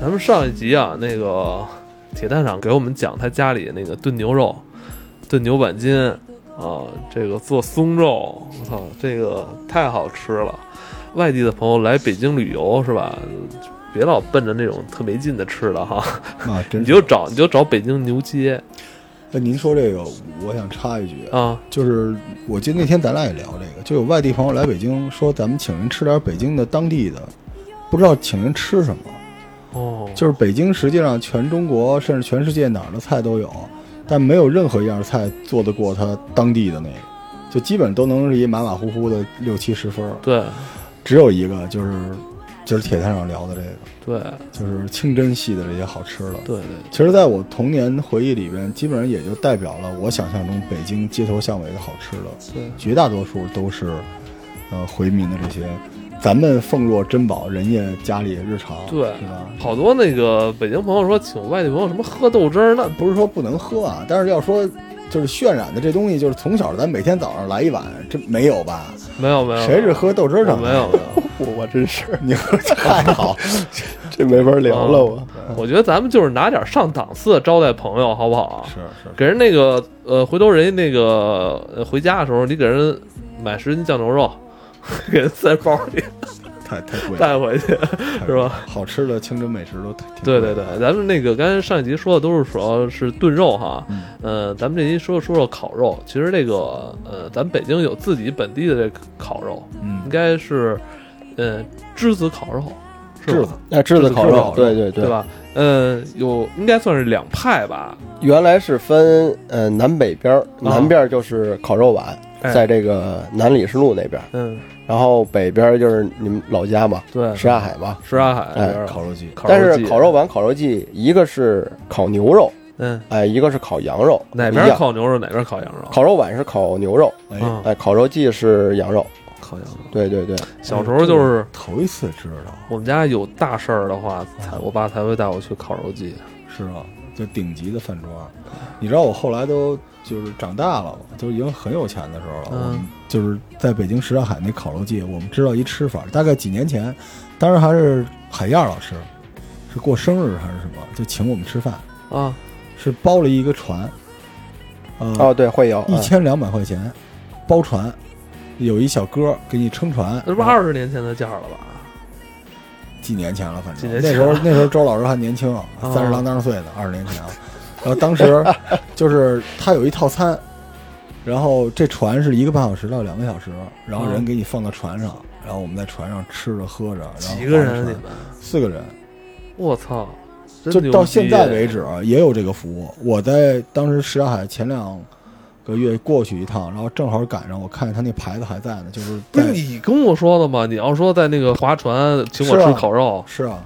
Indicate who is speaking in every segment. Speaker 1: 咱们上一集啊，那个铁蛋长给我们讲他家里那个炖牛肉、炖牛板筋啊，这个做松肉，我操，这个太好吃了。外地的朋友来北京旅游是吧？别老奔着那种特没劲的吃的哈，
Speaker 2: 啊，真
Speaker 1: 你
Speaker 2: 是
Speaker 1: 就找你就找北京牛街
Speaker 2: 哎，您说这个，我想插一句，
Speaker 1: 啊，
Speaker 2: 就是我记得那天咱俩也聊这个，就有外地朋友来北京说咱们请人吃点北京的当地的，不知道请人吃什么。
Speaker 1: 哦，
Speaker 2: 就是北京实际上全中国甚至全世界哪儿的菜都有，但没有任何一样菜做得过它当地的那个，就基本都能是一马马虎虎的六七十分儿。
Speaker 1: 对
Speaker 2: 只有一个就是就是铁探长聊的这个，
Speaker 1: 对
Speaker 2: 就是清真系的这些好吃的。
Speaker 1: 对对，
Speaker 2: 其实，在我童年回忆里边，基本上也就代表了我想象中北京街头巷尾的好吃的，
Speaker 1: 对
Speaker 2: 绝大多数都是，呃，回民的这些，咱们奉若珍宝，人家家里日常，
Speaker 1: 对
Speaker 2: 是吧？
Speaker 1: 好多那个北京朋友说请外地朋友什么喝豆汁儿，那
Speaker 2: 不是说不能喝啊，但是要说就是渲染的这东西，就是从小咱每天早上来一碗，这没有吧？
Speaker 1: 没有没有，
Speaker 2: 谁是喝豆汁儿
Speaker 1: 我
Speaker 2: 长
Speaker 1: 嗯没
Speaker 2: 大的？
Speaker 1: 有没 有。
Speaker 3: 我我真是
Speaker 2: 你喝太 好，
Speaker 3: 这没法聊了我。
Speaker 1: 我觉得咱们就是拿点上档次的招待朋友，好不好？
Speaker 2: 是是，
Speaker 1: 给人那个呃，回头人家那个呃回家的时候，你给人买十斤酱牛肉， 给人塞包里
Speaker 2: 太太贵了，
Speaker 1: 带回去。
Speaker 2: 太贵了
Speaker 1: 是吧？
Speaker 2: 好吃的清真美食都挺挺
Speaker 1: 对
Speaker 2: 贵
Speaker 1: 对
Speaker 2: 的
Speaker 1: 对，咱们那个刚才上一集说的都是主要是炖肉哈，
Speaker 2: 嗯
Speaker 1: 呃，咱们这集说说说烤肉。其实这个呃，咱北京有自己本地的这个烤肉，应
Speaker 2: 嗯，
Speaker 1: 该是呃栀子烤肉，是吧
Speaker 2: 栀子
Speaker 3: 那炙子烤
Speaker 1: 炙子烤肉
Speaker 3: 肉，对对
Speaker 1: 对吧？呃，有应该算是两派吧，
Speaker 3: 原来是分呃南北边儿，南边儿就是烤肉碗，
Speaker 1: 啊哎
Speaker 3: 在这个南礼士路那边儿，
Speaker 1: 嗯，
Speaker 3: 然后北边儿就是你们老家嘛，
Speaker 1: 对，
Speaker 3: 什刹海嘛。
Speaker 1: 什刹海那
Speaker 3: 哎
Speaker 1: 边儿
Speaker 2: 烤肉季，
Speaker 1: 嗯烤
Speaker 3: 但
Speaker 1: 季
Speaker 3: 是烤肉碗、烤肉季，一个是烤牛肉，
Speaker 1: 嗯，
Speaker 3: 哎，一个是烤羊肉，
Speaker 1: 哪
Speaker 3: 不一
Speaker 1: 边
Speaker 3: 样
Speaker 1: 烤牛肉哪边烤羊肉？
Speaker 3: 烤肉碗是烤牛肉，
Speaker 2: 哎。
Speaker 1: 嗯，
Speaker 3: 哎，烤肉季是羊肉。
Speaker 1: 烤羊肉。
Speaker 3: 对对对，
Speaker 1: 小
Speaker 2: 嗯
Speaker 1: 时候就是
Speaker 2: 头一次知道，
Speaker 1: 我们家有大事儿的话，才
Speaker 2: 嗯
Speaker 1: 我爸才会带我去烤肉季。
Speaker 2: 是吧？就顶级的饭桌。你知道我后来都就是长大了，都已经很有钱的时候了。
Speaker 1: 嗯
Speaker 2: 我们就是在北京什刹海那烤肉季，我们知道一吃法，大概几年前，当时还是海燕老师，是过生日还是什么，就请我们吃饭，
Speaker 1: 啊，
Speaker 2: 是包了一个船，呃，
Speaker 1: 嗯
Speaker 3: 哦对，会有
Speaker 2: 一
Speaker 3: 哎
Speaker 2: 千两百块钱包船，有一小哥给你撑船，
Speaker 1: 那不二十年前的价儿了吧？
Speaker 2: 几年前了，反
Speaker 1: 几
Speaker 2: 正
Speaker 1: 年
Speaker 2: 那
Speaker 1: 前哦
Speaker 2: 时候那时候周老师还年轻，啊三十郎当岁的，二十年前了。然后当 时就是他有一套餐，然后这船是一个半小时到两个小时，然后人
Speaker 1: 嗯
Speaker 2: 给你放到船上，然后我们在船上吃着喝嗯着，然后
Speaker 1: 几个
Speaker 2: 划着
Speaker 1: 人啊你
Speaker 2: 船
Speaker 1: 们？
Speaker 2: 四个人，
Speaker 1: 我操！真
Speaker 2: 就
Speaker 1: 牛
Speaker 2: 到
Speaker 1: 逼哎
Speaker 2: 现在为止啊也有这个服务。我在当时什刹海前两个月过去一趟，然后正好赶上我看见他那牌子还在呢，就是
Speaker 1: 不
Speaker 2: 在
Speaker 1: 是你跟我说的吗？你要说在那个划船请我
Speaker 2: 是
Speaker 1: 吃
Speaker 2: 啊
Speaker 1: 烤肉，
Speaker 2: 是啊，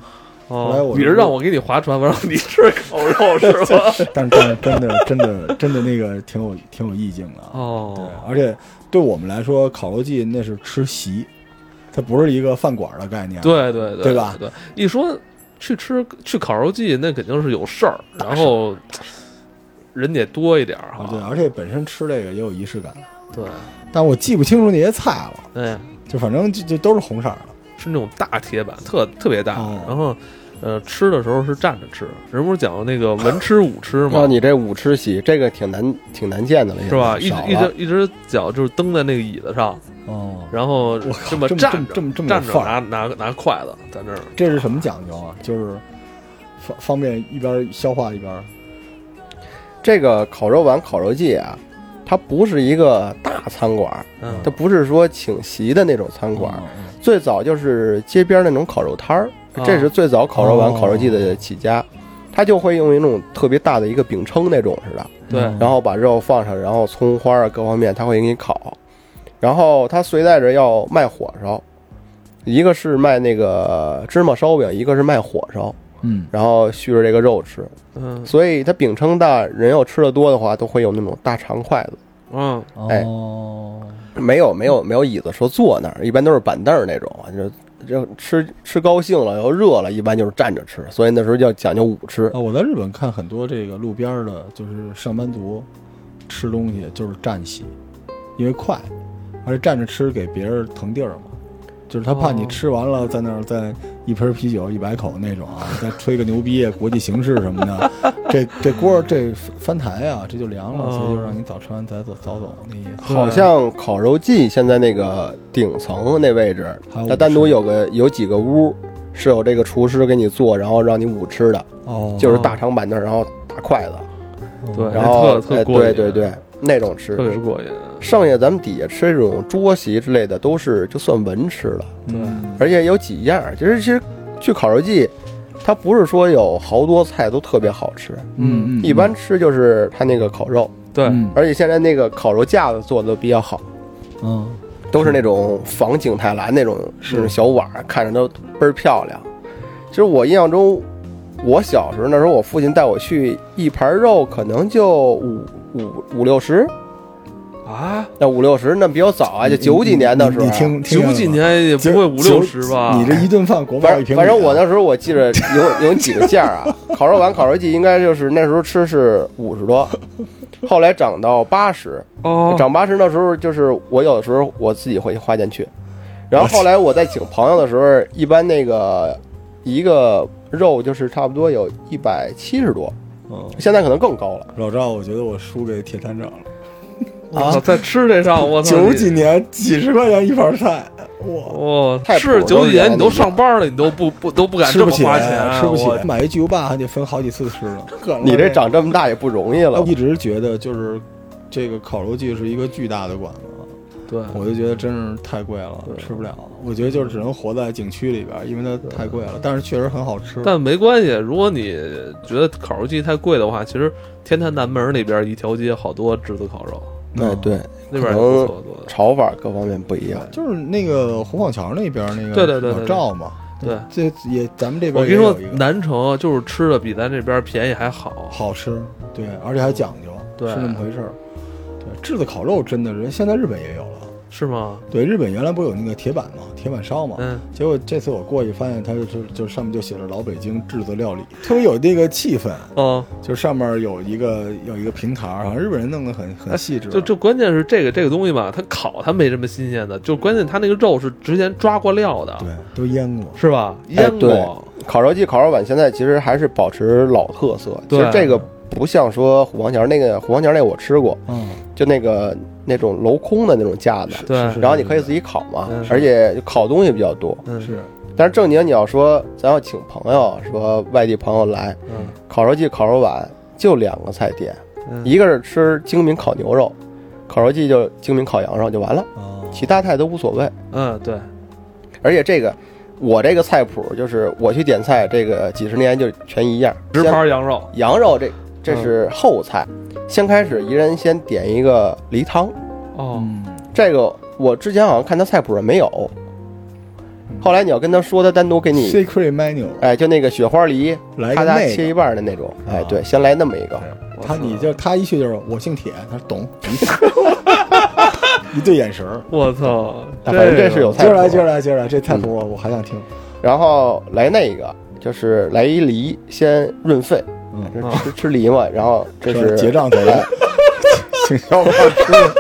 Speaker 2: 后来
Speaker 1: 哦，
Speaker 2: 我
Speaker 1: 你是让我给你划船，我让你吃烤 肉 是吧？
Speaker 2: 但是但是真的真的真的那个挺有挺有意境的啊。对
Speaker 1: 哦，，
Speaker 2: 而且对我们来说，烤肉季那是吃席，它不是一个饭馆的概念。，
Speaker 1: 对对对
Speaker 2: 对吧
Speaker 1: 对，一说去吃去烤肉季，那肯定是有事儿，然后人得多一点儿
Speaker 2: 啊对，
Speaker 1: 哈。
Speaker 2: 而且本身吃这个也有仪式感。
Speaker 1: 对，
Speaker 2: 但我记不清楚那些菜了，
Speaker 1: 哎，
Speaker 2: 就反正就就都是红色儿的。
Speaker 1: 是那种大铁板，特特别大
Speaker 2: 哦。
Speaker 1: 然后，呃，吃的时候是站着吃，人不是讲那个文吃武 吃
Speaker 3: 那
Speaker 1: 吗？
Speaker 3: 哦你这五吃席，这个挺难挺难见的了，
Speaker 1: 是吧？一
Speaker 3: 现在
Speaker 1: 只
Speaker 3: 少
Speaker 1: 一
Speaker 3: 了
Speaker 1: 只一只脚就是蹬在那个椅子上，
Speaker 2: 哦，
Speaker 1: 然后
Speaker 2: 我靠
Speaker 1: 么
Speaker 2: 这么
Speaker 1: 站着，
Speaker 2: 这么这么这么有
Speaker 1: 站着
Speaker 2: 范
Speaker 1: 拿
Speaker 2: 儿
Speaker 1: 拿拿筷子在那儿。
Speaker 2: 这是什么讲究啊？就是方方便一边消化一边。
Speaker 3: 这个烤肉碗烤肉季啊，它不是一个大餐馆，
Speaker 1: 嗯，
Speaker 3: 它不是说请席的那种餐馆，
Speaker 2: 嗯嗯
Speaker 3: 最早就是街边那种烤肉摊儿，
Speaker 1: 啊
Speaker 3: 这是最早烤肉碗
Speaker 2: 哦
Speaker 3: 烤肉季的起家。它就会用一种特别大的一个饼铛那种似的，
Speaker 1: 对
Speaker 2: 嗯
Speaker 3: 然后把肉放上，然后葱花啊各方面，它会给你烤。然后它随带着要卖火烧，一个是卖那个芝麻烧饼，一个是卖火烧，
Speaker 2: 嗯，
Speaker 3: 然后续着这个肉吃。
Speaker 1: 嗯
Speaker 3: 所以它饼铛大，人要吃的多的话，都会有那种大长筷子。
Speaker 1: 嗯，
Speaker 3: 哎
Speaker 2: 哦，
Speaker 3: 没有没有没有椅子说坐那儿，一般都是板凳儿那种，就是就吃吃高兴了，然后热了，一般就是站着吃。所以那时候要讲究午吃
Speaker 1: 哦
Speaker 2: 啊，我在日本看很多这个路边儿的，就是上班族吃东西就是站席，因为快，而且站着吃给别人腾地儿嘛，就是他怕你
Speaker 1: 哦
Speaker 2: 吃完了在那儿再一瓶啤酒一百口那种啊，再吹个牛逼，国际形势什么的，这这锅这翻台啊，这就凉了，所以就让你
Speaker 1: 哦
Speaker 2: 早吃完早走早走那意思。
Speaker 3: 好像烤肉季现在那个顶层那位置
Speaker 2: 还
Speaker 1: 哦
Speaker 2: 有，
Speaker 3: 它单独有个有几个屋是有这个厨师给你做，然后让你午吃的，
Speaker 2: 哦，
Speaker 3: 就是大长板凳，然后大筷子，
Speaker 1: 对
Speaker 3: 然
Speaker 1: 特
Speaker 3: 后
Speaker 1: 特
Speaker 3: 哎
Speaker 1: 过瘾
Speaker 3: 对对对，那种吃
Speaker 1: 特。别过瘾。
Speaker 2: 嗯
Speaker 3: 剩下咱们底下吃这种桌席之类的，都是就算文吃了，
Speaker 2: 嗯，
Speaker 3: 而且有几样，其实其实去烤肉季，它不是说有好多菜都特别好吃，
Speaker 2: 嗯嗯，
Speaker 3: 一般吃就是它那个烤肉，
Speaker 1: 对，
Speaker 2: 嗯
Speaker 3: 而且现在那个烤肉架子做的都比较好，
Speaker 2: 嗯，
Speaker 3: 都是那种仿景泰蓝那种
Speaker 2: 是
Speaker 3: 那种小碗儿，看着都倍儿漂亮。其实我印象中，我小时候那时候，我父亲带我去一盘肉，可能就五五五六十，
Speaker 1: 啊，
Speaker 3: 那五六十那比较早啊，就九几年的时候
Speaker 2: 你
Speaker 3: 啊。
Speaker 2: 听听
Speaker 1: 九几啊年也不会五六十吧？
Speaker 2: 你这一顿饭国贸
Speaker 3: 反
Speaker 2: 一瓶米
Speaker 3: 正
Speaker 2: 啊，
Speaker 3: 反正我那时候我记着有有几个价啊，烤肉碗、烤肉季应该就是那时候吃是五十多，后来涨到八十，
Speaker 1: 哦，
Speaker 3: 涨八十那时候就是我有的时候我自己会花钱去，然后后来我在请朋友的时候，一般那个一个肉就是差不多有一百七十多，
Speaker 2: 嗯，
Speaker 3: 现在可能更高了。
Speaker 2: 老赵，我觉得我输给铁探长了。
Speaker 1: 我操，在吃这上，我操，
Speaker 2: 啊九
Speaker 1: 你
Speaker 2: 几年几十块钱一盘菜，哇，
Speaker 1: 哇，
Speaker 3: 太
Speaker 1: 是
Speaker 3: 普通
Speaker 1: 九几年
Speaker 3: 了
Speaker 1: 你都
Speaker 3: 那个
Speaker 1: 上班了，你都不不都不敢
Speaker 2: 吃
Speaker 1: 这
Speaker 2: 不
Speaker 1: 么
Speaker 2: 起，啊
Speaker 1: 花钱，啊
Speaker 2: 吃不起
Speaker 1: 我，
Speaker 2: 买一巨无霸还得分好几次吃 呢。
Speaker 3: 你这长这么大也不容易
Speaker 2: 我
Speaker 3: 了，
Speaker 2: 一直觉得就是这个烤肉季是一个巨大的馆子，
Speaker 1: 对，
Speaker 2: 我就觉得真是太贵了，吃不了。我觉得就是只能活在景区里边，因为它太贵了，但是确实很好吃。嗯
Speaker 1: 但没关系，如果你觉得烤肉季太贵的话，其实天坛南门那边一条街好多炙子烤肉，
Speaker 3: 哎对，
Speaker 1: 那边也不错，做的。
Speaker 3: 炒法各方面不一样。
Speaker 2: 就是那个湖广桥那边那个
Speaker 1: 对对对对
Speaker 2: 老赵嘛，
Speaker 1: 对，
Speaker 2: 这也咱们这边
Speaker 1: 我跟你说
Speaker 2: 也有一，个
Speaker 1: 南城啊就是吃的比咱这边便宜还好，
Speaker 2: 好吃，对，而且还讲究，
Speaker 1: 对
Speaker 2: 是那么回事儿。对，炙子烤肉真的是，现在日本也有了。
Speaker 1: 是吗？
Speaker 2: 对，日本原来不是有那个铁板嘛，铁板烧嘛。
Speaker 1: 嗯，
Speaker 2: 结果这次我过去发现，它就是就上面就写着“老北京炙子料理”，特别有那个气氛。
Speaker 1: 哦，
Speaker 2: 就上面有一个有一个平台，好像日本人弄得很很细致。
Speaker 1: 哎就就关键是这个这个东西吧，它烤它没什么新鲜的，就关键它那个肉是之前抓过料的，
Speaker 2: 对，哎都腌过。
Speaker 1: 是吧？腌
Speaker 3: 对
Speaker 1: 过，
Speaker 3: 烤肉季、烤肉碗现在其实还是保持老特色，其实
Speaker 1: 对
Speaker 3: 这个不像说虎王桥那个虎王桥那个我吃过，
Speaker 2: 嗯，
Speaker 3: 就那个那种镂空的那种架子，
Speaker 1: 对
Speaker 2: 是
Speaker 3: 然后你可以自己烤嘛
Speaker 1: 嗯，
Speaker 3: 而且烤东西比较多。
Speaker 1: 嗯
Speaker 2: 是啊
Speaker 3: 但是正经你要说咱要请朋友，说外地朋友来，
Speaker 1: 嗯
Speaker 3: 烤肉季、烤肉碗就两个菜点，
Speaker 1: 嗯，
Speaker 3: 一个是吃精品烤牛肉，烤肉季就精品烤羊肉就完了，
Speaker 2: 哦，
Speaker 3: 其他菜都无所谓。
Speaker 1: 嗯对，
Speaker 3: 而且这个我这个菜谱就是我去点菜，这个几十年就全一样。
Speaker 1: 直
Speaker 3: 先
Speaker 1: 盘羊肉，
Speaker 3: 羊肉这
Speaker 2: 嗯
Speaker 3: 这是后菜，先开始一人先点一个梨汤，
Speaker 1: 哦，
Speaker 2: 嗯，
Speaker 3: 这个我之前好像看他菜谱上没有，
Speaker 2: 嗯
Speaker 3: 后来你要跟他说，他单独给你，
Speaker 2: secret menu
Speaker 3: 哎，就那个雪花梨，
Speaker 2: 来
Speaker 3: 咔
Speaker 2: 个
Speaker 3: 嚓
Speaker 2: 那
Speaker 3: 切
Speaker 2: 个。
Speaker 3: 一半的那种，哎，
Speaker 2: 啊嗯
Speaker 3: 对，先来那么一个，
Speaker 1: 我
Speaker 2: 他
Speaker 1: 操
Speaker 2: 你就他一去就是我姓铁，他说懂，一 对眼神儿。
Speaker 1: 我操，
Speaker 3: 反正这
Speaker 1: 个
Speaker 3: 是有
Speaker 2: 接
Speaker 3: 菜
Speaker 2: 着来，接着
Speaker 3: 谱，
Speaker 2: 来，接着来，这菜谱我我还想听。
Speaker 3: 然后来那个就是来一梨，先润肺，
Speaker 2: 嗯，
Speaker 3: 就
Speaker 1: 啊
Speaker 3: 吃吃梨嘛，然后这是
Speaker 2: 结账走 人，请小伙伴吃，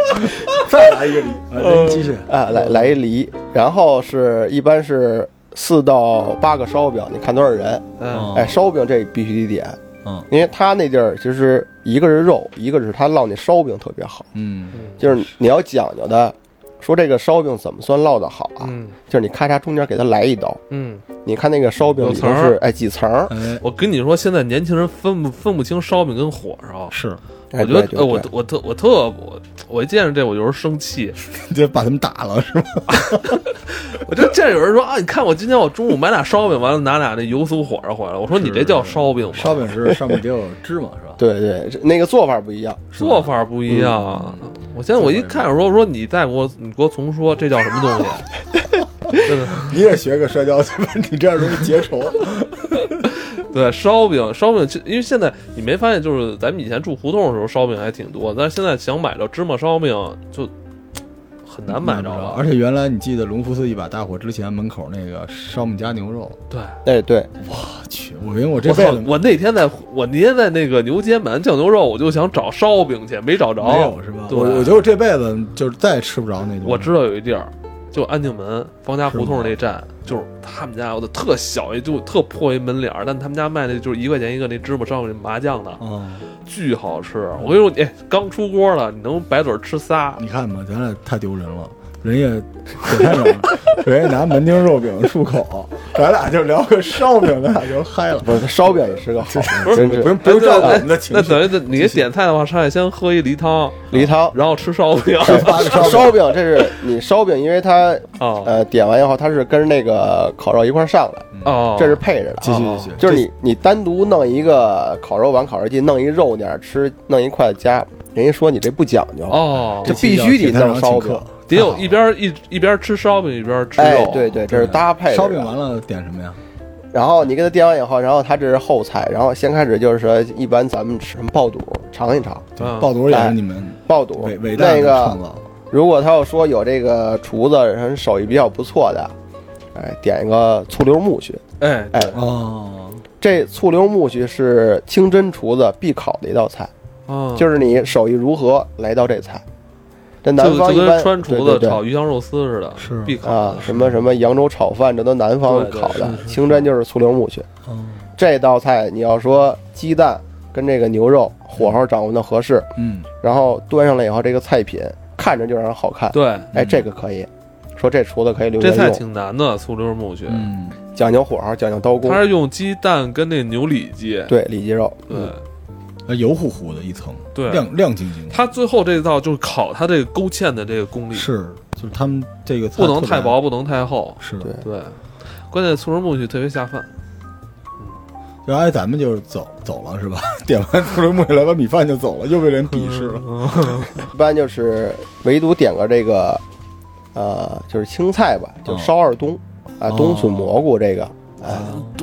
Speaker 2: 再来一 个礼，啊，您继续。
Speaker 3: 啊，来来一梨，然后是一般是四到八个烧饼，你看多少人，
Speaker 1: 嗯
Speaker 3: 哎，烧饼这必须得点，
Speaker 2: 嗯
Speaker 3: 因为他那地儿其实一个是肉，一个是他烙那烧饼特别好，
Speaker 2: 嗯
Speaker 3: 就是你要讲究的，说这个烧饼怎么算烙的好啊？
Speaker 1: 嗯
Speaker 3: 就是你咔嚓中间给它来一刀，
Speaker 1: 嗯，
Speaker 3: 你看那个烧饼
Speaker 1: 有
Speaker 3: 里
Speaker 1: 层
Speaker 3: 头
Speaker 1: 儿嗯
Speaker 3: 是哎几层儿，
Speaker 2: 哎，
Speaker 1: 我跟你说，现在年轻人分不分不清烧饼跟火烧。
Speaker 2: 是，
Speaker 1: 我
Speaker 3: 哎
Speaker 1: 觉得，
Speaker 3: 对
Speaker 1: 呃我
Speaker 3: 对
Speaker 1: 我特我特我我一见着这我有时候生气，
Speaker 2: 你就把他们打了是吧？
Speaker 1: 我就见着有人说啊，你看我今天我中午买俩烧饼，完了拿俩那油酥火烧回来，我说你这叫烧饼吗？
Speaker 2: 烧饼是上面得有芝麻是吧？
Speaker 3: 对对，这那个做法不一样，
Speaker 1: 做法不一样。我现在我一看我说说你再给我你给我重说这叫什么东西？真的
Speaker 2: 你也学个摔跤去吧， 你这样容易结 仇。
Speaker 1: 对烧饼烧饼，其因为现在你没发现就是咱们以前住胡同的时候烧饼还挺多，但是现在想买着芝麻烧饼就很难买着啊了。
Speaker 2: 而且原来你记得隆福寺一把大火之前，门口那个烧饼夹牛肉，
Speaker 1: 对，
Speaker 3: 哎对，
Speaker 2: 我去，我因为我这
Speaker 1: 我
Speaker 2: 辈
Speaker 1: 操
Speaker 2: 子！
Speaker 1: 我那天在我那天在那个牛街买完酱牛肉，我就想找烧饼去，没找着。
Speaker 2: 没有是吧？
Speaker 1: 哦对
Speaker 2: 我我觉得我这辈子就是再也吃不着那种。
Speaker 1: 我知道有一地儿，就安定门方家胡同那站，就是他们家有的特小一，就特破一门脸儿，但他们家卖的就是一块钱一个那芝麻烧饼那麻酱的，
Speaker 2: 嗯，
Speaker 1: 巨好吃。我跟你说，你、哎、刚出锅了，你能白嘴吃仨，
Speaker 2: 你看吧，咱俩太丢人了。人家点菜了， 人家拿门钉肉饼漱口，咱俩就聊个烧饼，咱俩就嗨了。
Speaker 3: 不是烧饼也是个好，
Speaker 1: 不
Speaker 3: 真
Speaker 2: 不
Speaker 3: 是
Speaker 2: 用不用照顾我
Speaker 1: 哎
Speaker 2: 们的情
Speaker 1: 那
Speaker 2: 绪，
Speaker 1: 等于你点菜的话，上来先喝一梨汤，
Speaker 3: 梨汤。
Speaker 1: 然后吃烧饼 啊
Speaker 2: 发个烧饼
Speaker 3: 烧饼，这是你烧饼，因为它
Speaker 1: 哦
Speaker 3: 呃点完以后，它是跟那个烤肉一块儿上来，
Speaker 1: 哦，
Speaker 3: 这是配着的。啊
Speaker 2: 继续继续，
Speaker 3: 就是你你单独弄一个烤肉碗、烤肉机，弄一肉点儿吃，弄一筷子夹，人家说你这不讲究，
Speaker 1: 哦
Speaker 3: 这，必须得弄烧饼。
Speaker 1: 得有一边一一边吃烧饼一边吃肉，
Speaker 3: 哎，对对，这是搭配着的
Speaker 2: 烧饼完了点什么呀？
Speaker 3: 然后你给他垫完以后，然后他这是后菜，然后先开始就是说，一般咱们吃什么爆肚，尝一尝
Speaker 1: 嗯
Speaker 2: 爆肚也是你们
Speaker 3: 爆肚
Speaker 2: 伟伟。大
Speaker 3: 啊哎那
Speaker 2: 的
Speaker 3: 个
Speaker 2: 创，造，
Speaker 3: 如果他要说有这个厨子人手艺比较不错的，哎，点一个醋溜木须。
Speaker 1: 哎
Speaker 3: 哎
Speaker 2: 哦，
Speaker 3: 这醋溜木须是清真厨子必烤的一道菜，
Speaker 1: 嗯，
Speaker 3: 就是你手艺如何来到这菜。这南
Speaker 1: 就
Speaker 3: 方一
Speaker 1: 就跟
Speaker 3: 般
Speaker 1: 川厨
Speaker 3: 对
Speaker 1: 子
Speaker 3: 对对
Speaker 1: 炒鱼香肉丝似的，
Speaker 2: 是
Speaker 1: 必烤
Speaker 3: 啊
Speaker 1: 的，
Speaker 3: 什么什么扬州炒饭，这都南方
Speaker 1: 对对
Speaker 3: 烤的
Speaker 1: 是。
Speaker 3: 清真就是醋溜木须。
Speaker 2: 哦，
Speaker 3: 这道菜你要说鸡蛋跟这个牛肉火候掌握的合适，
Speaker 2: 嗯，
Speaker 3: 然后端上来以后这个菜品看着就让人好看，
Speaker 1: 对，
Speaker 3: 哎，这个可以。说这厨子可以留
Speaker 1: 这菜
Speaker 3: 下用，
Speaker 1: 挺难的，醋溜木须，
Speaker 2: 嗯，
Speaker 3: 讲究火候，讲究刀工
Speaker 1: 它，是用鸡蛋跟那牛里脊，
Speaker 3: 对里脊肉，
Speaker 1: 对
Speaker 2: 呃油乎乎的一层，
Speaker 1: 对，
Speaker 2: 亮亮晶晶的，
Speaker 1: 它最后这道就是烤它这个勾芡的这个功力，
Speaker 2: 是就是他们这个菜
Speaker 1: 不能
Speaker 2: 特别
Speaker 1: 太，薄，不能太厚，
Speaker 2: 是
Speaker 3: 对
Speaker 1: 对，关键醋溜木须特别下饭，
Speaker 2: 原来咱们就是走走了是吧？ 点完醋溜木须来碗米饭就走了，又被人鄙视了。
Speaker 3: 嗯一般就是唯独点个这个，呃，就是青菜吧，
Speaker 1: 嗯
Speaker 3: 就烧二冬，啊，
Speaker 2: 哦
Speaker 3: 冬笋蘑菇这个，哎，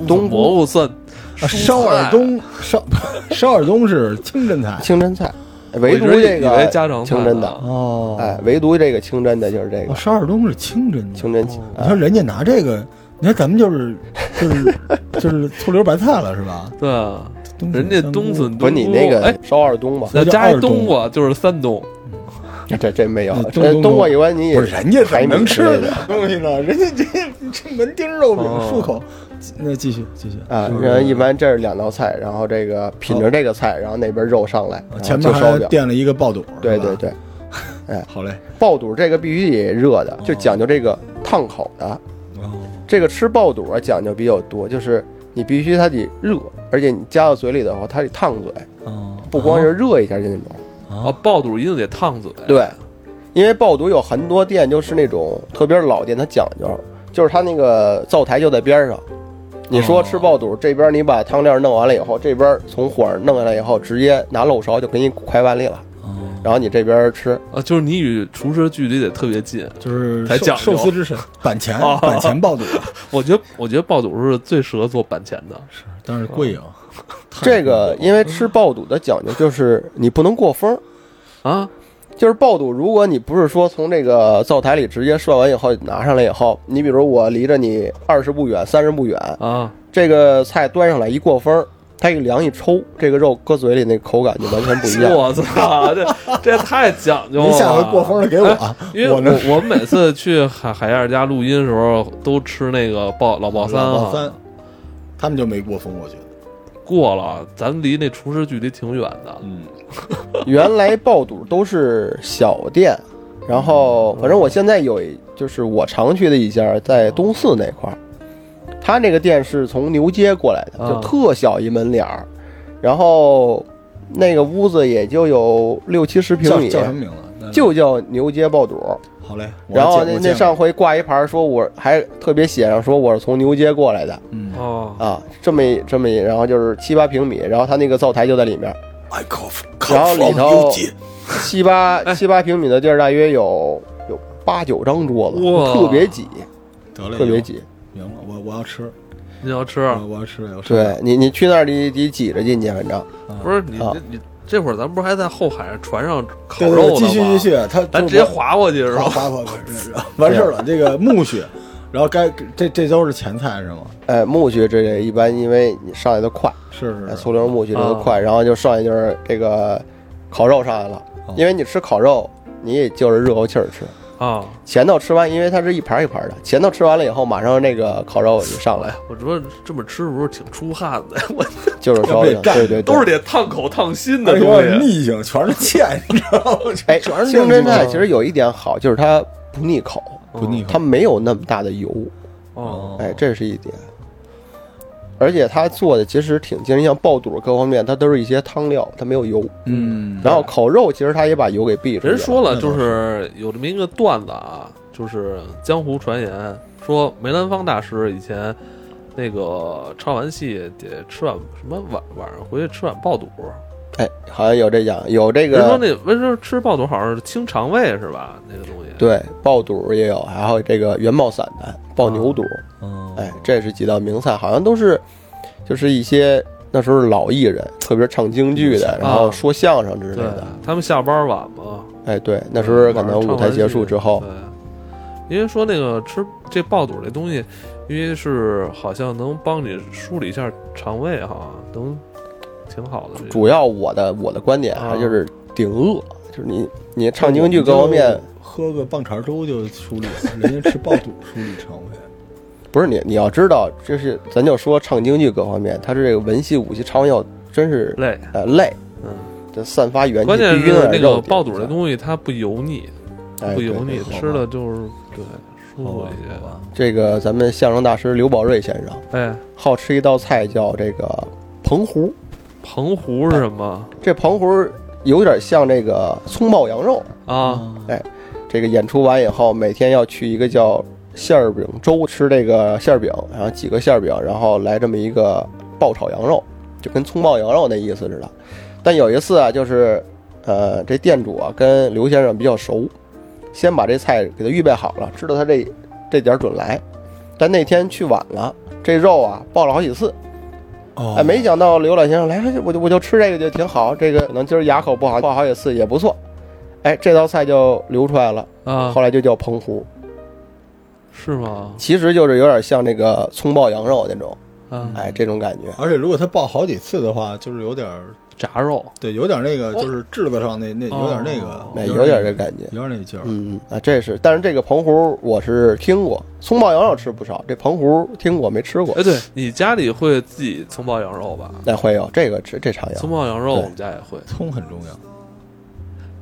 Speaker 3: 冬菇
Speaker 1: 蘑菇算
Speaker 2: 啊烧耳冬烧烧耳冬是清真菜
Speaker 3: 清真菜，唯独
Speaker 1: 我一直
Speaker 3: 这
Speaker 1: 以为
Speaker 3: 个
Speaker 1: 家常菜
Speaker 3: 清真
Speaker 1: 呢
Speaker 3: 的，
Speaker 2: 哦
Speaker 3: 哎，唯独这个清真的就是这
Speaker 2: 哦
Speaker 3: 个
Speaker 2: 烧耳冬是清真菜。
Speaker 3: 清真菜
Speaker 1: 哦，
Speaker 2: 你
Speaker 3: 哎
Speaker 2: 说人家拿这个，你看咱们就是就是就是醋溜白菜了是吧？
Speaker 1: 对啊，
Speaker 2: 冬笋
Speaker 1: 人家
Speaker 2: 香菇
Speaker 1: 冬笋
Speaker 3: 不是你
Speaker 1: 冬菇
Speaker 3: 那个
Speaker 1: 哎，
Speaker 3: 烧二冬吧？
Speaker 1: 那
Speaker 2: 那叫
Speaker 1: 加一
Speaker 2: 二冬
Speaker 1: 冬瓜就是三冬，
Speaker 3: 这这没有
Speaker 2: 那，
Speaker 3: 这
Speaker 2: 冬
Speaker 3: 冬瓜一般你也
Speaker 2: 不是人家怎么能吃
Speaker 3: 海米之类
Speaker 2: 这
Speaker 3: 的
Speaker 2: 东西呢？人家这这门钉肉饼
Speaker 1: 哦
Speaker 2: 漱口，那继续继续
Speaker 3: 啊
Speaker 2: 是，不是
Speaker 3: 然后一般这是两道菜，然后这个品
Speaker 1: 哦
Speaker 3: 着这个菜，然后那边肉上来，
Speaker 2: 前
Speaker 3: 然
Speaker 2: 面
Speaker 3: 后呃就烧
Speaker 2: 还
Speaker 3: 饼。
Speaker 2: 垫了一个爆肚，
Speaker 3: 对
Speaker 2: 是吧
Speaker 3: 对，对，
Speaker 2: 好嘞，
Speaker 3: 爆肚这个必须得热的，就讲究这个烫口的。
Speaker 2: 哦，
Speaker 3: 这个吃爆肚啊讲究比较多，就是你必须它得热，而且你夹到嘴里的话，它得烫嘴，
Speaker 2: 哦
Speaker 3: 不光是热一下就那种。
Speaker 1: 啊，
Speaker 2: 啊，
Speaker 1: 爆肚一定得烫嘴，
Speaker 3: 对，因为爆肚有很多店就是那种特别是老店，它讲究，就是它那个灶台就在边上。你说吃爆肚，这边你把汤料弄完了以后，这边从火上弄下来以后，直接拿漏勺就给你㧟碗里了，
Speaker 2: 哦
Speaker 3: 然后你这边吃。
Speaker 1: 啊，就是你与厨师的距离得特别近。
Speaker 2: 就是
Speaker 1: 才
Speaker 2: 寿
Speaker 1: 讲究
Speaker 2: 寿司之 神板前
Speaker 1: 哦
Speaker 2: 板前爆肚，啊
Speaker 1: 我觉得，我觉得爆肚是最适合做板前的。
Speaker 2: 但是贵啊，太
Speaker 3: 这个因为吃爆肚的讲究就是你不能过风，
Speaker 1: 啊，
Speaker 3: 就是爆肚，如果你不是说从这个灶台里直接涮完以后拿上来以后，你比如我离着你二十步远、三十步远，
Speaker 1: 啊，
Speaker 3: 这个菜端上来一过风，它一凉一抽，这个肉搁嘴里那口感就完全不一
Speaker 2: 啊
Speaker 3: 样。
Speaker 1: 我操，这这太讲究了。
Speaker 2: 您下回过风了给我啊，
Speaker 1: 因为
Speaker 2: 我呢
Speaker 1: 我我每次去海海燕家录音的时候，都吃那个爆老爆三
Speaker 2: 老
Speaker 1: 啊，
Speaker 2: 三，他们就没过风，我觉得，
Speaker 1: 过了，咱离那厨师距离挺远的。
Speaker 2: 嗯，
Speaker 3: 原来爆肚都是小店，然后反正我现在有一，就是我常去的一家在东四那块儿，他那个店是从牛街过来的，
Speaker 1: 啊
Speaker 3: 就特小一门脸儿，然后那个屋子也就有六七十平
Speaker 2: 叫
Speaker 3: 米，
Speaker 2: 叫什么名字？啊那
Speaker 3: 就叫牛街爆肚。
Speaker 2: 好嘞，我
Speaker 3: 然后
Speaker 2: 见
Speaker 3: 那
Speaker 2: 我
Speaker 3: 那
Speaker 2: 见
Speaker 3: 上
Speaker 2: 过，
Speaker 3: 回挂一牌儿说我还特别写上说我是从牛街过来的。
Speaker 2: 嗯，
Speaker 1: 哦，
Speaker 3: 啊，这么一这么一，然后就是七八平米，然后它那个灶台就在里面，
Speaker 2: I cough，
Speaker 3: 然后里头七八七八平米的地儿，大约有有八九张桌子，
Speaker 1: 哇
Speaker 3: 特别挤，
Speaker 2: 得嘞，
Speaker 3: 特别挤。
Speaker 2: 赢了，我我要吃，
Speaker 1: 你要吃
Speaker 3: 嗯
Speaker 2: 我我要吃，我要吃，
Speaker 3: 对你，你去那儿你得挤着进去，反正
Speaker 2: 啊，
Speaker 1: 不是你
Speaker 3: 啊
Speaker 1: 这你这会儿咱不是还在后海船上烤
Speaker 2: 对，对
Speaker 1: 肉呢吗？
Speaker 2: 对继续继续，他
Speaker 1: 咱直接划过去是
Speaker 2: 划
Speaker 1: 吧？
Speaker 2: 划划，啊完事儿了，这个苜蓿，然后该这这都是前菜是吗？
Speaker 3: 哎，木须这个一般，因为你上来的快，
Speaker 2: 是是
Speaker 3: 哎
Speaker 2: 是，
Speaker 3: 醋溜木须这个快，然后就上来就是这个烤肉上来了
Speaker 2: 哦，
Speaker 3: 因为你吃烤肉，你也就是热乎气儿吃，
Speaker 1: 啊，
Speaker 3: 前头吃完，因为它是一盘一盘的，前头吃完了以后，马上那个烤肉就上来，
Speaker 1: 我说这么吃不是挺出汗的？ 我
Speaker 3: 就是烧
Speaker 2: 被
Speaker 3: 的，
Speaker 2: 干
Speaker 3: 对对对，
Speaker 1: 都是得烫口烫心的
Speaker 2: 哎
Speaker 1: 东
Speaker 2: 呦，
Speaker 1: 西。
Speaker 2: 逆境全是欠，你知道吗？
Speaker 3: 哎，
Speaker 2: 全是
Speaker 3: 清真
Speaker 2: 念经
Speaker 3: 菜
Speaker 2: 啊
Speaker 3: 其实有一点好，就是它不腻口，
Speaker 2: 不腻
Speaker 3: 它
Speaker 2: 口。
Speaker 3: 没有那么大的油，
Speaker 1: 哦，
Speaker 3: 哎，这是一点。而且它做的其实挺精，像爆肚各方面，它都是一些汤料，它没有油。
Speaker 2: 嗯，
Speaker 3: 然后烤肉其实它也把油给避出去了。
Speaker 1: 人说
Speaker 2: 那
Speaker 1: 了，
Speaker 2: 倒
Speaker 1: 就是是有这么一个段子啊，就是江湖传言说梅兰芳大师以前那个唱完戏得吃碗什么晚晚上回去吃碗爆肚，
Speaker 3: 哎，好像有这讲，有
Speaker 2: 啊
Speaker 3: 这
Speaker 1: 人说
Speaker 3: 个
Speaker 1: 那人说吃爆肚好像是清肠胃是吧？那个东西。
Speaker 3: 对爆肚也有，还有这个元爆散的爆
Speaker 1: 啊
Speaker 3: 牛肚，
Speaker 1: 哦
Speaker 2: 嗯，
Speaker 3: 哎，这是几道名菜，好像都是就是一些那时候老艺人，特别是唱京剧的，然后说相声之类
Speaker 1: 啊对
Speaker 3: 的。，
Speaker 1: 他们下班晚嘛，
Speaker 3: 哎，对，那时
Speaker 1: 嗯
Speaker 3: 候可能舞台结束之后
Speaker 1: 对，，因为说那个吃这爆肚这东西，因为是好像能帮你梳理一下肠胃哈，能挺好的。
Speaker 3: 主要我的我的观点啊，
Speaker 1: 啊
Speaker 3: 就是顶饿，就是你你唱京剧各方面，
Speaker 2: 喝个棒碴粥就梳理了，人家吃爆肚梳理肠 胃。
Speaker 3: 不是你你要知道，这是咱就说唱京剧各方面，它是这个文戏武戏唱完以后真是
Speaker 1: 累，
Speaker 3: 呃累，
Speaker 1: 嗯，
Speaker 3: 这散发元气，
Speaker 1: 关键
Speaker 3: 必须
Speaker 1: 是
Speaker 3: 得
Speaker 1: 那
Speaker 3: 肉
Speaker 1: 个
Speaker 3: 体
Speaker 1: 爆肚这
Speaker 3: 上
Speaker 1: 东西它不油腻，
Speaker 3: 哎
Speaker 1: 不
Speaker 3: 对
Speaker 1: 油腻
Speaker 2: 对，对
Speaker 1: 吃了就是对舒
Speaker 2: 好
Speaker 1: 服
Speaker 2: 吧
Speaker 1: 一些。
Speaker 2: 好吧
Speaker 3: 这个咱们相声大师刘宝瑞先生
Speaker 1: 哎，
Speaker 3: 好吃一道菜叫这个澎湖，
Speaker 1: 澎湖是什么
Speaker 3: 这澎湖有点像这个葱爆羊肉。
Speaker 1: 啊？
Speaker 3: 这个演出完以后，每天要去一个叫馅儿饼粥吃这个馅儿饼，然后几个馅儿饼，然后来这么一个爆炒羊肉，就跟葱爆羊肉那意思似的。但有一次啊，就是呃，这店主啊跟刘先生比较熟，先把这菜给他预备好了，知道他这这点儿准来。但那天去晚了，这肉啊爆了好几次，
Speaker 2: 哦，
Speaker 3: 哎，没想到刘老先生来，我就我就吃这个就挺好，这个可能今儿牙口不好，爆好几次也不错。哎，这道菜就流出来了。
Speaker 1: 啊
Speaker 3: 后，来就叫澎湖，
Speaker 1: 是吗？
Speaker 3: 其实就是有点像那个葱爆羊肉那种，
Speaker 1: 啊，
Speaker 3: 哎，这种感觉。
Speaker 2: 而且如果他爆好几次的话，就是有点儿
Speaker 1: 炸肉
Speaker 2: 对，有点儿那个，就是质子上那那有点儿那
Speaker 1: 哦
Speaker 2: 个，
Speaker 3: 哎，
Speaker 2: 有
Speaker 3: 有
Speaker 2: 点
Speaker 3: 点
Speaker 2: 儿
Speaker 3: 这
Speaker 2: 那
Speaker 3: 感觉。
Speaker 2: 有点儿那劲儿。
Speaker 3: 嗯啊，这是，但是这个澎湖我是听过，葱爆羊肉吃不少，这澎湖听过没吃过
Speaker 1: 哎，。对你家里会自己葱爆羊肉吧？
Speaker 3: 那会有这个吃这常有
Speaker 1: 葱，爆羊肉
Speaker 3: 对
Speaker 1: 我们家也会，
Speaker 2: 葱很重要，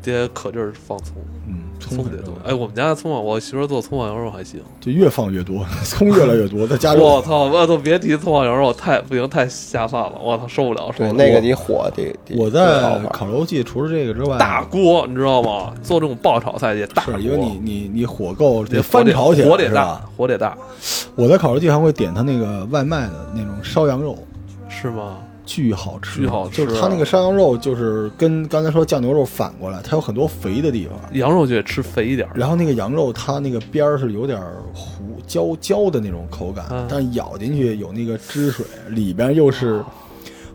Speaker 1: 爹可劲儿放葱，
Speaker 2: 嗯，
Speaker 1: 葱
Speaker 2: 很
Speaker 1: 得
Speaker 2: 重
Speaker 1: 多。
Speaker 2: 要，
Speaker 1: 哎，我们家的葱啊，我媳妇儿做葱爆羊肉还行。
Speaker 2: 就越放越多， 葱越来越多，再加
Speaker 1: 我
Speaker 2: 入
Speaker 1: 操，我都别提葱爆羊肉，太不行，太下饭了，我操，受不了，受
Speaker 3: 对
Speaker 1: 不了。
Speaker 3: 那个你火得。得
Speaker 2: 我
Speaker 3: 得好
Speaker 2: 在
Speaker 3: 好
Speaker 2: 烤肉季除了这个之外，
Speaker 1: 大锅，你知道吗？做这种爆炒菜也大锅，
Speaker 2: 是因为你你你火够
Speaker 1: 得
Speaker 2: 得翻炒起来
Speaker 1: 火得
Speaker 2: 是
Speaker 1: 大
Speaker 2: 吧？，
Speaker 1: 火得大，
Speaker 2: 我在烤肉季还会点他那个外卖的那种烧羊肉，
Speaker 1: 是吗？
Speaker 2: 巨好吃，
Speaker 1: 巨好吃啊
Speaker 2: 就是它那个烧羊肉，就是跟刚才说酱牛肉反过来，它有很多肥的地方。
Speaker 1: 羊肉就得吃肥一点儿，
Speaker 2: 然后那个羊肉，它那个边儿是有点儿糊焦焦的那种口感，
Speaker 1: 嗯啊
Speaker 2: 但是咬进去有那个汁水，里边又是。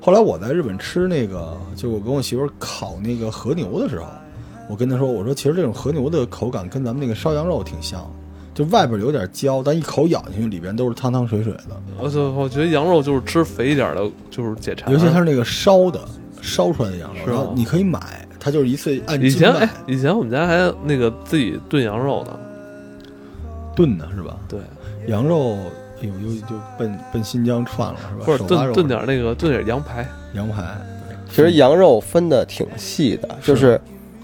Speaker 2: 后来我在日本吃那个，就我跟我媳妇儿烤那个和牛的时候，我跟她说，我说其实这种和牛的口感跟咱们那个烧羊肉挺像的，就外边有点焦，但一口咬进去，里边都是汤汤水水的。
Speaker 1: 我就我觉得羊肉就是吃肥一点儿的，就是解馋。
Speaker 2: 尤其它是那个烧的烧出来的羊肉，
Speaker 1: 是吗
Speaker 2: 然后你可以买，它就是一次按
Speaker 1: 以
Speaker 2: 斤
Speaker 1: 前哎
Speaker 2: 卖，
Speaker 1: 以前我们家还那个自己炖羊肉呢，
Speaker 2: 炖的是吧？
Speaker 1: 对，
Speaker 2: 羊肉，哎呦，又就奔奔新疆串了是吧？
Speaker 1: 或者
Speaker 2: 手扒
Speaker 1: 炖
Speaker 2: 肉
Speaker 1: 炖点儿那个炖点儿羊排，
Speaker 2: 羊排，
Speaker 3: 其实羊肉分的挺细的，就是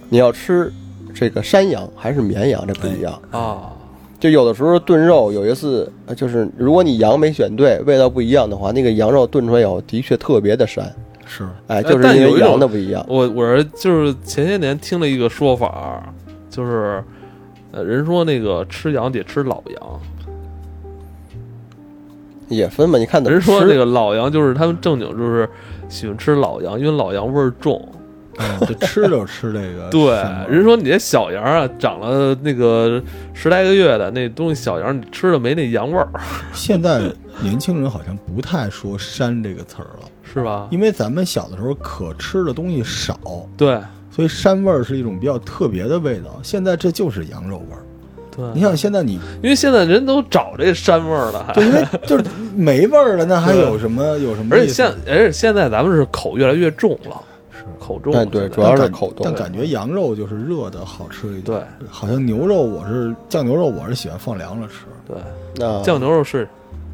Speaker 3: 你要吃这个山羊还是绵羊，这不一样。
Speaker 1: 啊，
Speaker 3: 就有的时候炖肉，有一次呃就是如果你羊没选对，味道不一样的话，那个羊肉炖出来以后的确特别的膻，
Speaker 2: 是
Speaker 3: 哎，
Speaker 1: 哎
Speaker 3: 就是
Speaker 1: 但
Speaker 3: 因
Speaker 1: 有
Speaker 3: 为
Speaker 1: 一种
Speaker 3: 羊的不一样。
Speaker 1: 我我是就是前些年听了一个说法儿，就是呃人说那个吃羊得吃老羊，
Speaker 3: 也分嘛，你看怎么
Speaker 1: 人说
Speaker 3: 吃
Speaker 1: 那个老羊就是他们正经就是喜欢吃老羊，因为老羊味儿重。
Speaker 2: 嗯，就吃就吃这
Speaker 3: 呃
Speaker 2: 个
Speaker 1: 对
Speaker 2: 什么，
Speaker 1: 人说你这小羊啊，长了那个十来个月的那东西小羊，你吃了没那羊味儿，
Speaker 2: 现在年轻人好像不太说“膻”这个词儿了，
Speaker 1: 是吧？
Speaker 2: 因为咱们小的时候可吃的东西少，
Speaker 1: 对
Speaker 2: 所以膻味儿是一种比较特别的味道。现在这就是羊肉味儿。
Speaker 1: 对，
Speaker 2: 你想，现在你
Speaker 1: 因为现在人都找这膻味儿了，还
Speaker 2: 对，因为就是没味儿了，那还有什么有什么
Speaker 1: 而
Speaker 2: 意思？
Speaker 1: 且现而且现在咱们是口越来越重了，
Speaker 2: 是。
Speaker 1: 口重
Speaker 3: 哎
Speaker 1: 现在，
Speaker 3: 对主要是
Speaker 2: 但感
Speaker 3: 口嗯冻
Speaker 2: 但感觉羊肉就是热的好吃一点。
Speaker 1: 对
Speaker 2: 对，好像牛肉我是酱牛肉，我是喜欢放凉了吃。
Speaker 1: 对，
Speaker 3: 那
Speaker 1: 酱牛肉是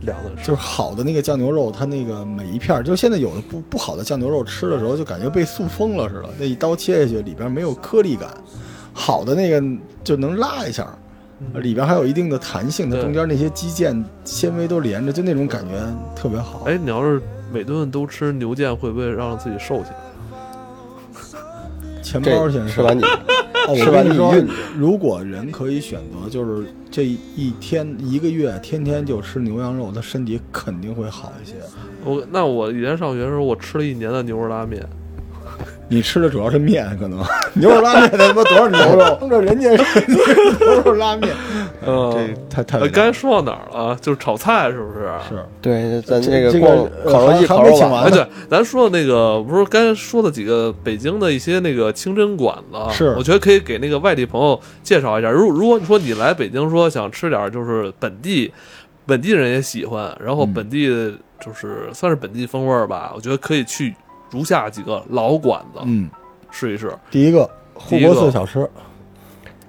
Speaker 1: 凉的
Speaker 2: 就是
Speaker 1: 吃，
Speaker 2: 好的那个酱牛肉，它那个每一片儿，就是现在有的不不好的酱牛肉吃的时候，就感觉被塑封了似的，那一刀切下去里边没有颗粒感。好的那个就能拉一下，
Speaker 1: 嗯
Speaker 2: 里边还有一定的弹性，它
Speaker 1: 对
Speaker 2: 中间那些肌腱纤维都连着，就那种感觉特别好。
Speaker 1: 哎，你要是每顿都吃牛腱，会不会让自己瘦起来？
Speaker 2: 钱包先
Speaker 3: 这
Speaker 2: 生
Speaker 3: 吃完你
Speaker 2: 哦，我
Speaker 3: 吃完
Speaker 2: 跟你
Speaker 3: 你
Speaker 2: 说
Speaker 3: 晕，
Speaker 2: 如果人可以选择，就是这一天一个月天天就吃牛羊肉，他身体肯定会好一些。
Speaker 1: 我那我以前上学的时候，我吃了一年的牛肉拉面，
Speaker 2: 你吃的主要是面，可能牛肉拉面他妈多少牛肉，这人家是牛肉拉面，
Speaker 1: 嗯，
Speaker 2: 这太太
Speaker 1: 呃刚才说到哪儿了？就是炒菜是不是？
Speaker 2: 是
Speaker 3: 对，咱
Speaker 2: 这
Speaker 3: 这个
Speaker 2: 这个
Speaker 3: 逛
Speaker 2: 呃
Speaker 3: 烤
Speaker 2: 还
Speaker 3: 肉季、
Speaker 2: 还
Speaker 3: 烤
Speaker 2: 没
Speaker 3: 肉
Speaker 2: 请
Speaker 3: 吧，
Speaker 1: 哎，
Speaker 2: 完
Speaker 1: 对，
Speaker 2: 呢
Speaker 1: 咱说的那个不是刚才说的几个北京的一些那个清真馆子啊，
Speaker 2: 是
Speaker 1: 我觉得可以给那个外地朋友介绍一下。如如果你说你来北京说想吃点儿就是本地本地人也喜欢，然后
Speaker 2: 嗯
Speaker 1: 本地就是算是本地风味儿吧，我觉得可以去如下几个老馆子
Speaker 2: 嗯，
Speaker 1: 试一试。
Speaker 2: 第一个护
Speaker 1: 第一个
Speaker 2: 国寺小吃，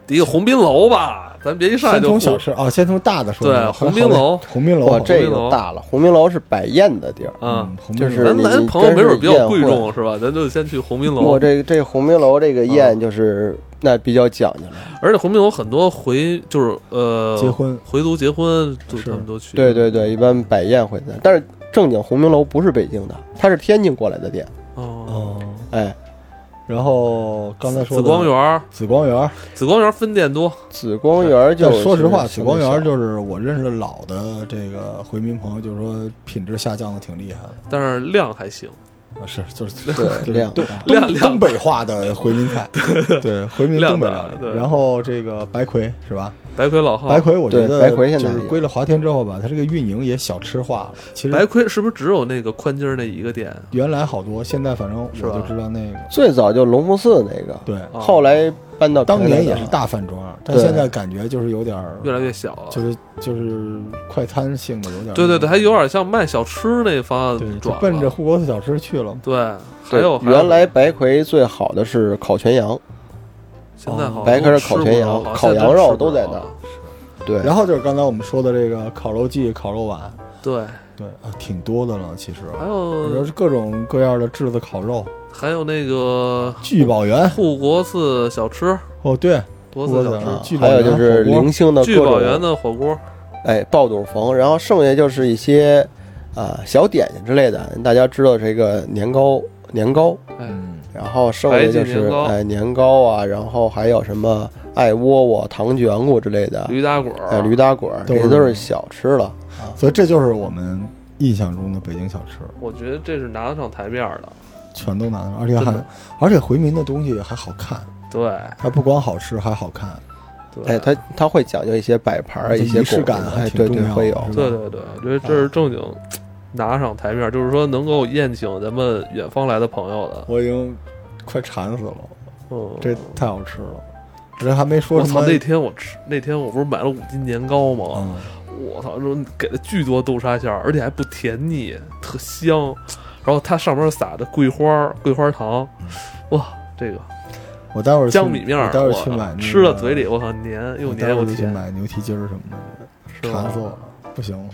Speaker 1: 第一个红宾楼吧，咱别一上来
Speaker 2: 先
Speaker 1: 就
Speaker 2: 从小吃啊，先从大的说起。
Speaker 1: 对
Speaker 2: 后来
Speaker 1: 鸿宾楼
Speaker 2: 好嘞鸿宾楼
Speaker 3: 哇，
Speaker 2: 好嘞，
Speaker 1: 鸿
Speaker 3: 这
Speaker 1: 宾
Speaker 3: 个
Speaker 1: 楼
Speaker 3: 大了。鸿宾楼是摆宴的地儿，
Speaker 1: 啊
Speaker 2: 嗯，，鸿宾
Speaker 3: 就
Speaker 2: 楼
Speaker 3: 是
Speaker 1: 咱
Speaker 3: 你
Speaker 1: 咱
Speaker 3: 你
Speaker 1: 朋友没
Speaker 3: 真是
Speaker 1: 准比较
Speaker 3: 宴
Speaker 1: 贵
Speaker 3: 会
Speaker 1: 重是吧？咱就先去鸿宾楼。
Speaker 3: 我这这鸿宾楼这
Speaker 2: 嗯
Speaker 3: 个宴就是那比较讲究了。
Speaker 1: 而且鸿宾楼很多回就是呃
Speaker 2: 结婚
Speaker 1: 回族结婚就是他们都去，
Speaker 3: 对对对，一般摆宴会在，但是正经鸿宾楼不是北京的，它是天津过来的店。
Speaker 1: 哦，
Speaker 2: 哦，
Speaker 3: 哎，
Speaker 2: 然后刚才说
Speaker 1: 紫
Speaker 2: 的
Speaker 1: 光园儿，
Speaker 2: 紫光园儿，
Speaker 1: 紫光园儿分店多，
Speaker 3: 紫光园就
Speaker 2: 但说实话，
Speaker 3: 是
Speaker 2: 紫光园儿
Speaker 3: 小
Speaker 2: 就是我认识的老的这个回民朋友，就是说品质下降的挺厉害的，
Speaker 1: 但是量还行。
Speaker 2: 啊是就是
Speaker 3: 对量
Speaker 2: 对
Speaker 1: 量量
Speaker 2: 东东北化的回民菜，对回民
Speaker 1: 量
Speaker 2: 东北
Speaker 1: 大
Speaker 2: 料
Speaker 1: 对哦
Speaker 2: 理。然后这个白葵是吧？
Speaker 1: 白魁老号，
Speaker 2: 白葵我觉得
Speaker 3: 对白葵现在
Speaker 2: 就是
Speaker 3: 也
Speaker 2: 归了华天之后吧，它这个运营也小吃化了。其
Speaker 1: 白
Speaker 2: 实
Speaker 1: 魁是不是只有那个宽街儿那一个店？
Speaker 2: 原来好多，现在反正我
Speaker 1: 是吧哦
Speaker 2: 就知道那个
Speaker 3: 最早就龙福寺那个，
Speaker 2: 对，
Speaker 1: 啊
Speaker 3: 后来搬到
Speaker 2: 当年
Speaker 3: 平
Speaker 2: 也
Speaker 3: 安
Speaker 2: 是
Speaker 3: 了
Speaker 2: 大饭庄，但
Speaker 3: 对
Speaker 2: 现在感觉就是有点儿
Speaker 1: 越来越小了。
Speaker 2: 就是就是快餐性的有点儿
Speaker 1: 对对
Speaker 2: 那种
Speaker 1: 对，还有点像卖小吃那方
Speaker 2: 对，
Speaker 1: 向
Speaker 2: 就
Speaker 1: 转了
Speaker 2: 奔着护国寺小吃去了。
Speaker 1: 对，还有还有
Speaker 3: 原来白魁最好的是烤全羊，
Speaker 1: 现在好像
Speaker 3: 白魁
Speaker 1: 都
Speaker 3: 是烤
Speaker 1: 吃不
Speaker 3: 全
Speaker 1: 着好
Speaker 3: 羊
Speaker 1: 像
Speaker 3: 烤
Speaker 1: 现在
Speaker 3: 羊
Speaker 1: 吃
Speaker 3: 肉
Speaker 1: 不
Speaker 3: 都
Speaker 1: 着
Speaker 3: 在
Speaker 1: 了
Speaker 3: 对，
Speaker 2: 然后就是刚才我们说的这个烤肉季、烤肉碗，
Speaker 1: 对，嗯
Speaker 2: 对啊，挺多的了，其实。
Speaker 1: 还
Speaker 2: 我说
Speaker 1: 有
Speaker 2: 是各种各样的炙子烤肉，
Speaker 1: 还有那个
Speaker 2: 聚宝园
Speaker 1: 护国寺小吃，
Speaker 2: 哦，对，
Speaker 1: 国寺小
Speaker 2: 国寺
Speaker 1: 吃
Speaker 2: 啊，聚宝
Speaker 3: 还有
Speaker 2: 园
Speaker 3: 就是零星的各
Speaker 1: 聚宝园
Speaker 3: 种
Speaker 1: 的火锅，
Speaker 3: 哎爆肚冯，然后剩下就是一些啊小点心之类的，大家知道这个年糕年糕，
Speaker 1: 哎，
Speaker 2: 嗯，
Speaker 3: 然后剩下就
Speaker 1: 白记
Speaker 3: 是
Speaker 1: 年糕
Speaker 3: 哎年糕啊，然后还有什么艾窝窝、糖卷果之类的，
Speaker 1: 驴打滚儿，
Speaker 3: 哎驴打滚儿，
Speaker 2: 都
Speaker 3: 这
Speaker 2: 是
Speaker 3: 些都是小吃了。
Speaker 2: 所以这就是我们印象中的北京小吃，
Speaker 1: 我觉得这是拿得上台面儿的。
Speaker 2: 全都拿着，而且
Speaker 1: 真
Speaker 2: 还
Speaker 1: 的
Speaker 2: 而且回民的东西还好看，
Speaker 1: 对
Speaker 2: 它不光好吃，还好看，
Speaker 1: 对，
Speaker 3: 哎，它它会讲究一些摆盘儿，
Speaker 2: 这
Speaker 3: 一些
Speaker 2: 仪式
Speaker 3: 拱
Speaker 2: 感
Speaker 3: 形
Speaker 2: 还
Speaker 3: 哎，
Speaker 2: 挺
Speaker 3: 对
Speaker 2: 重
Speaker 3: 对
Speaker 2: 要的
Speaker 3: 会有
Speaker 2: 是。吧
Speaker 1: 对对对，我觉得这是正经拿上台面儿，就是说能够宴请咱们远方来的朋友的。
Speaker 2: 我已经快馋死了，
Speaker 1: 嗯，
Speaker 2: 这太好吃了，这还没说
Speaker 1: 我
Speaker 2: 什么
Speaker 1: 操！那天我吃，那天我不是买了五斤年糕吗？
Speaker 2: 嗯
Speaker 1: 我操，说给了巨多豆沙馅儿，而且还不甜腻，特香。然后它上面撒的桂花儿、桂花糖，哇，这个
Speaker 2: 我待会儿去
Speaker 1: 江米面儿，
Speaker 2: 我待会儿
Speaker 1: 我
Speaker 2: 去
Speaker 1: 操
Speaker 2: 买那个，
Speaker 1: 吃了嘴里，我靠，黏又
Speaker 2: 我待
Speaker 1: 黏
Speaker 2: 会
Speaker 1: 又
Speaker 2: 儿就去
Speaker 1: 甜，
Speaker 2: 买牛蹄筋儿什么的，
Speaker 1: 是吧
Speaker 2: 馋死我了，不行了，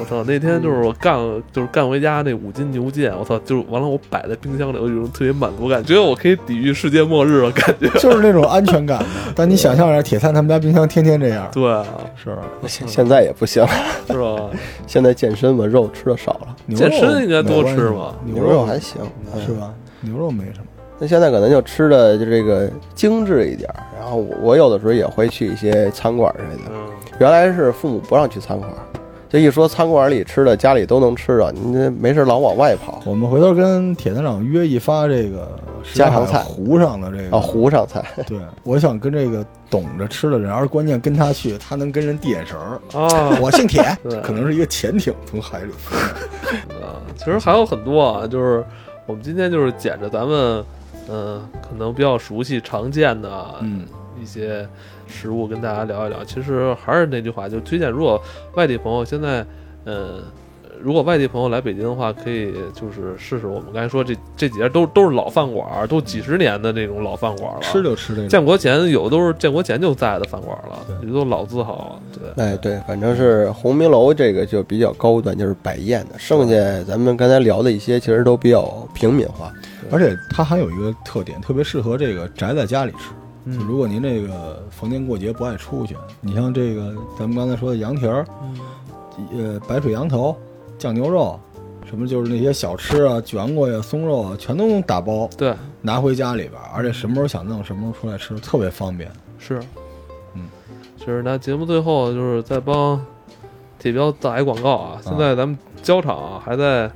Speaker 1: 我操！那天就是我干，就是干回家那五斤牛腱，我操！就是完了，我摆在冰箱里，我有种特别满足感，觉得我可以抵御世界末日的感觉。
Speaker 2: 就是那种安全感的。但你想象一下，铁三他们家冰箱天天这样，
Speaker 1: 对啊，
Speaker 2: 是
Speaker 3: 现现在也不行了，
Speaker 1: 是吧？
Speaker 3: 现在健身嘛，肉吃的少了，
Speaker 2: 牛
Speaker 1: 健
Speaker 2: 肉
Speaker 1: 身应该
Speaker 2: 没
Speaker 1: 多
Speaker 2: 关
Speaker 1: 吃
Speaker 2: 系
Speaker 1: 吧
Speaker 2: 牛
Speaker 3: 牛肉还行，哎
Speaker 2: 是吧？牛肉没什么，
Speaker 3: 那现在可能就吃的就这个精致一点儿。然后我我有的时候也会去一些餐馆之类的，
Speaker 1: 嗯，
Speaker 3: 原来是父母不让去餐馆儿，就一说餐馆里吃的，家里都能吃着，你这没事老往外跑
Speaker 2: 我们回头跟铁三长约一发这个
Speaker 3: 家常菜
Speaker 2: 湖上的这个
Speaker 3: 啊，湖上菜。
Speaker 2: 对，我想跟这个懂着吃的人，而关键跟他去，他能跟人递眼 神儿。
Speaker 1: 啊，
Speaker 2: 我姓铁
Speaker 1: 对，
Speaker 2: 可能是一个潜艇从海里。
Speaker 1: 啊其实还有很多啊，就是我们今天就是捡着咱们，嗯、可能比较熟悉常见的啊
Speaker 2: 嗯，
Speaker 1: 一些食物跟大家聊一聊。其实还是那句话，就推荐，如果外地朋友现在，嗯、呃，如果外地朋友来北京的话，可以就是试试我们刚才说这这几家都都是老饭馆儿，都几十年的这种老饭馆儿了。
Speaker 2: 吃就吃这个。
Speaker 1: 建国前有的都是建国前就在的饭馆儿了，
Speaker 2: 对
Speaker 1: 这都老字号。对，
Speaker 3: 哎，对，反正是鸿明楼这个就比较高端，就是百宴的。剩下咱们刚才聊的一些，其实都比较平民化。
Speaker 2: 而且它还有一个特点，特别适合这个宅在家里吃。就
Speaker 1: 嗯
Speaker 2: 如果您这个逢年过节不爱出去，你像这个咱们刚才说的羊蹄儿，呃，白水羊头、酱牛肉，什么就是那些小吃啊、卷果呀、松肉啊，全都能打包
Speaker 1: 对，
Speaker 2: 拿回家里边儿，而且什么时候想弄什么时候出来吃，特别方便。
Speaker 1: 是，
Speaker 2: 嗯，
Speaker 1: 就是那节目最后就是再帮铁彪打一广告啊！现在咱们交场啊还在，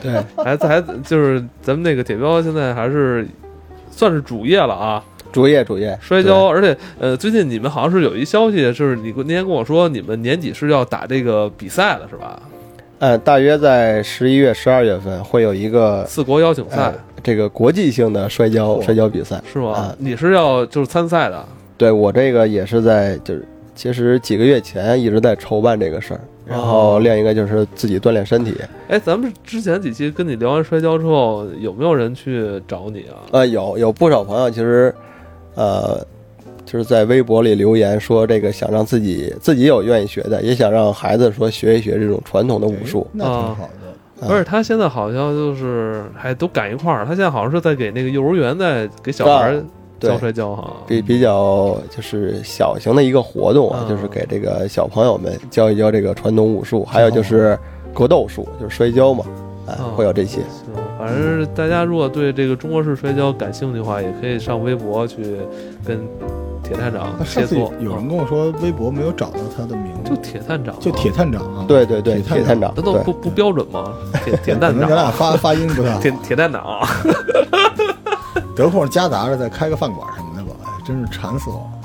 Speaker 2: 对，
Speaker 1: 还在，还就是咱们那个铁彪现在还是算是主业了啊，
Speaker 3: 主业主业，
Speaker 1: 摔跤，而且呃，最近你们好像是有一消息，就是你那天跟我说你们年底是要打这个比赛的是吧？
Speaker 3: 呃，大约在十一月、十二月份会有一个
Speaker 1: 四国邀请赛
Speaker 3: 呃、这个国际性的摔跤
Speaker 2: 嚯
Speaker 3: 摔跤比赛。
Speaker 1: 是吗
Speaker 3: 啊？
Speaker 1: 你是要就是参赛的？
Speaker 3: 对我这个也是在就是。其实几个月前一直在筹办这个事儿，然后另一个就是自己锻炼身体。
Speaker 1: 哎，咱们之前几期跟你聊完摔跤之后，有没有人去找你啊？
Speaker 3: 呃，有有不少朋友其实，呃，就是在微博里留言说这个想让自己自己有愿意学的，也想让孩子说学一学这种传统的武术
Speaker 2: 哎。那挺好
Speaker 1: 嗯
Speaker 2: 的。
Speaker 3: 啊
Speaker 1: 而且他现在好像就是还都赶一块儿，他现在好像是在给那个幼儿园在给小孩儿
Speaker 3: 对
Speaker 1: 教摔跤哈。
Speaker 3: 比比较就是小型的一个活动啊
Speaker 1: 嗯，
Speaker 3: 就是给这个小朋友们教一教这个传统武术，还有就是格斗术，就是摔跤嘛，啊
Speaker 1: 嗯，
Speaker 3: 会有这些。
Speaker 1: 行，反正大家如果对这个中国式摔跤感兴趣的话，也可以上微博去跟铁探长
Speaker 2: 那
Speaker 1: 切
Speaker 2: 上次
Speaker 1: 磋。
Speaker 2: 有人
Speaker 1: 嗯
Speaker 2: 跟我说微博没有找到他的名字
Speaker 1: 就，铁探长嘛，
Speaker 2: 就铁探长啊。
Speaker 3: 对对对，
Speaker 2: 铁
Speaker 3: 铁
Speaker 2: 探
Speaker 3: 探
Speaker 2: 长。
Speaker 3: 长，
Speaker 1: 那都
Speaker 3: 对
Speaker 1: 不不标准吗？铁铁
Speaker 2: 可
Speaker 1: 蛋
Speaker 2: 能咱俩
Speaker 1: 长，
Speaker 2: 发发音不太好
Speaker 1: 铁，铁蛋长。
Speaker 2: 得空夹杂着再开个饭馆什么的吧，哎真是馋死我了。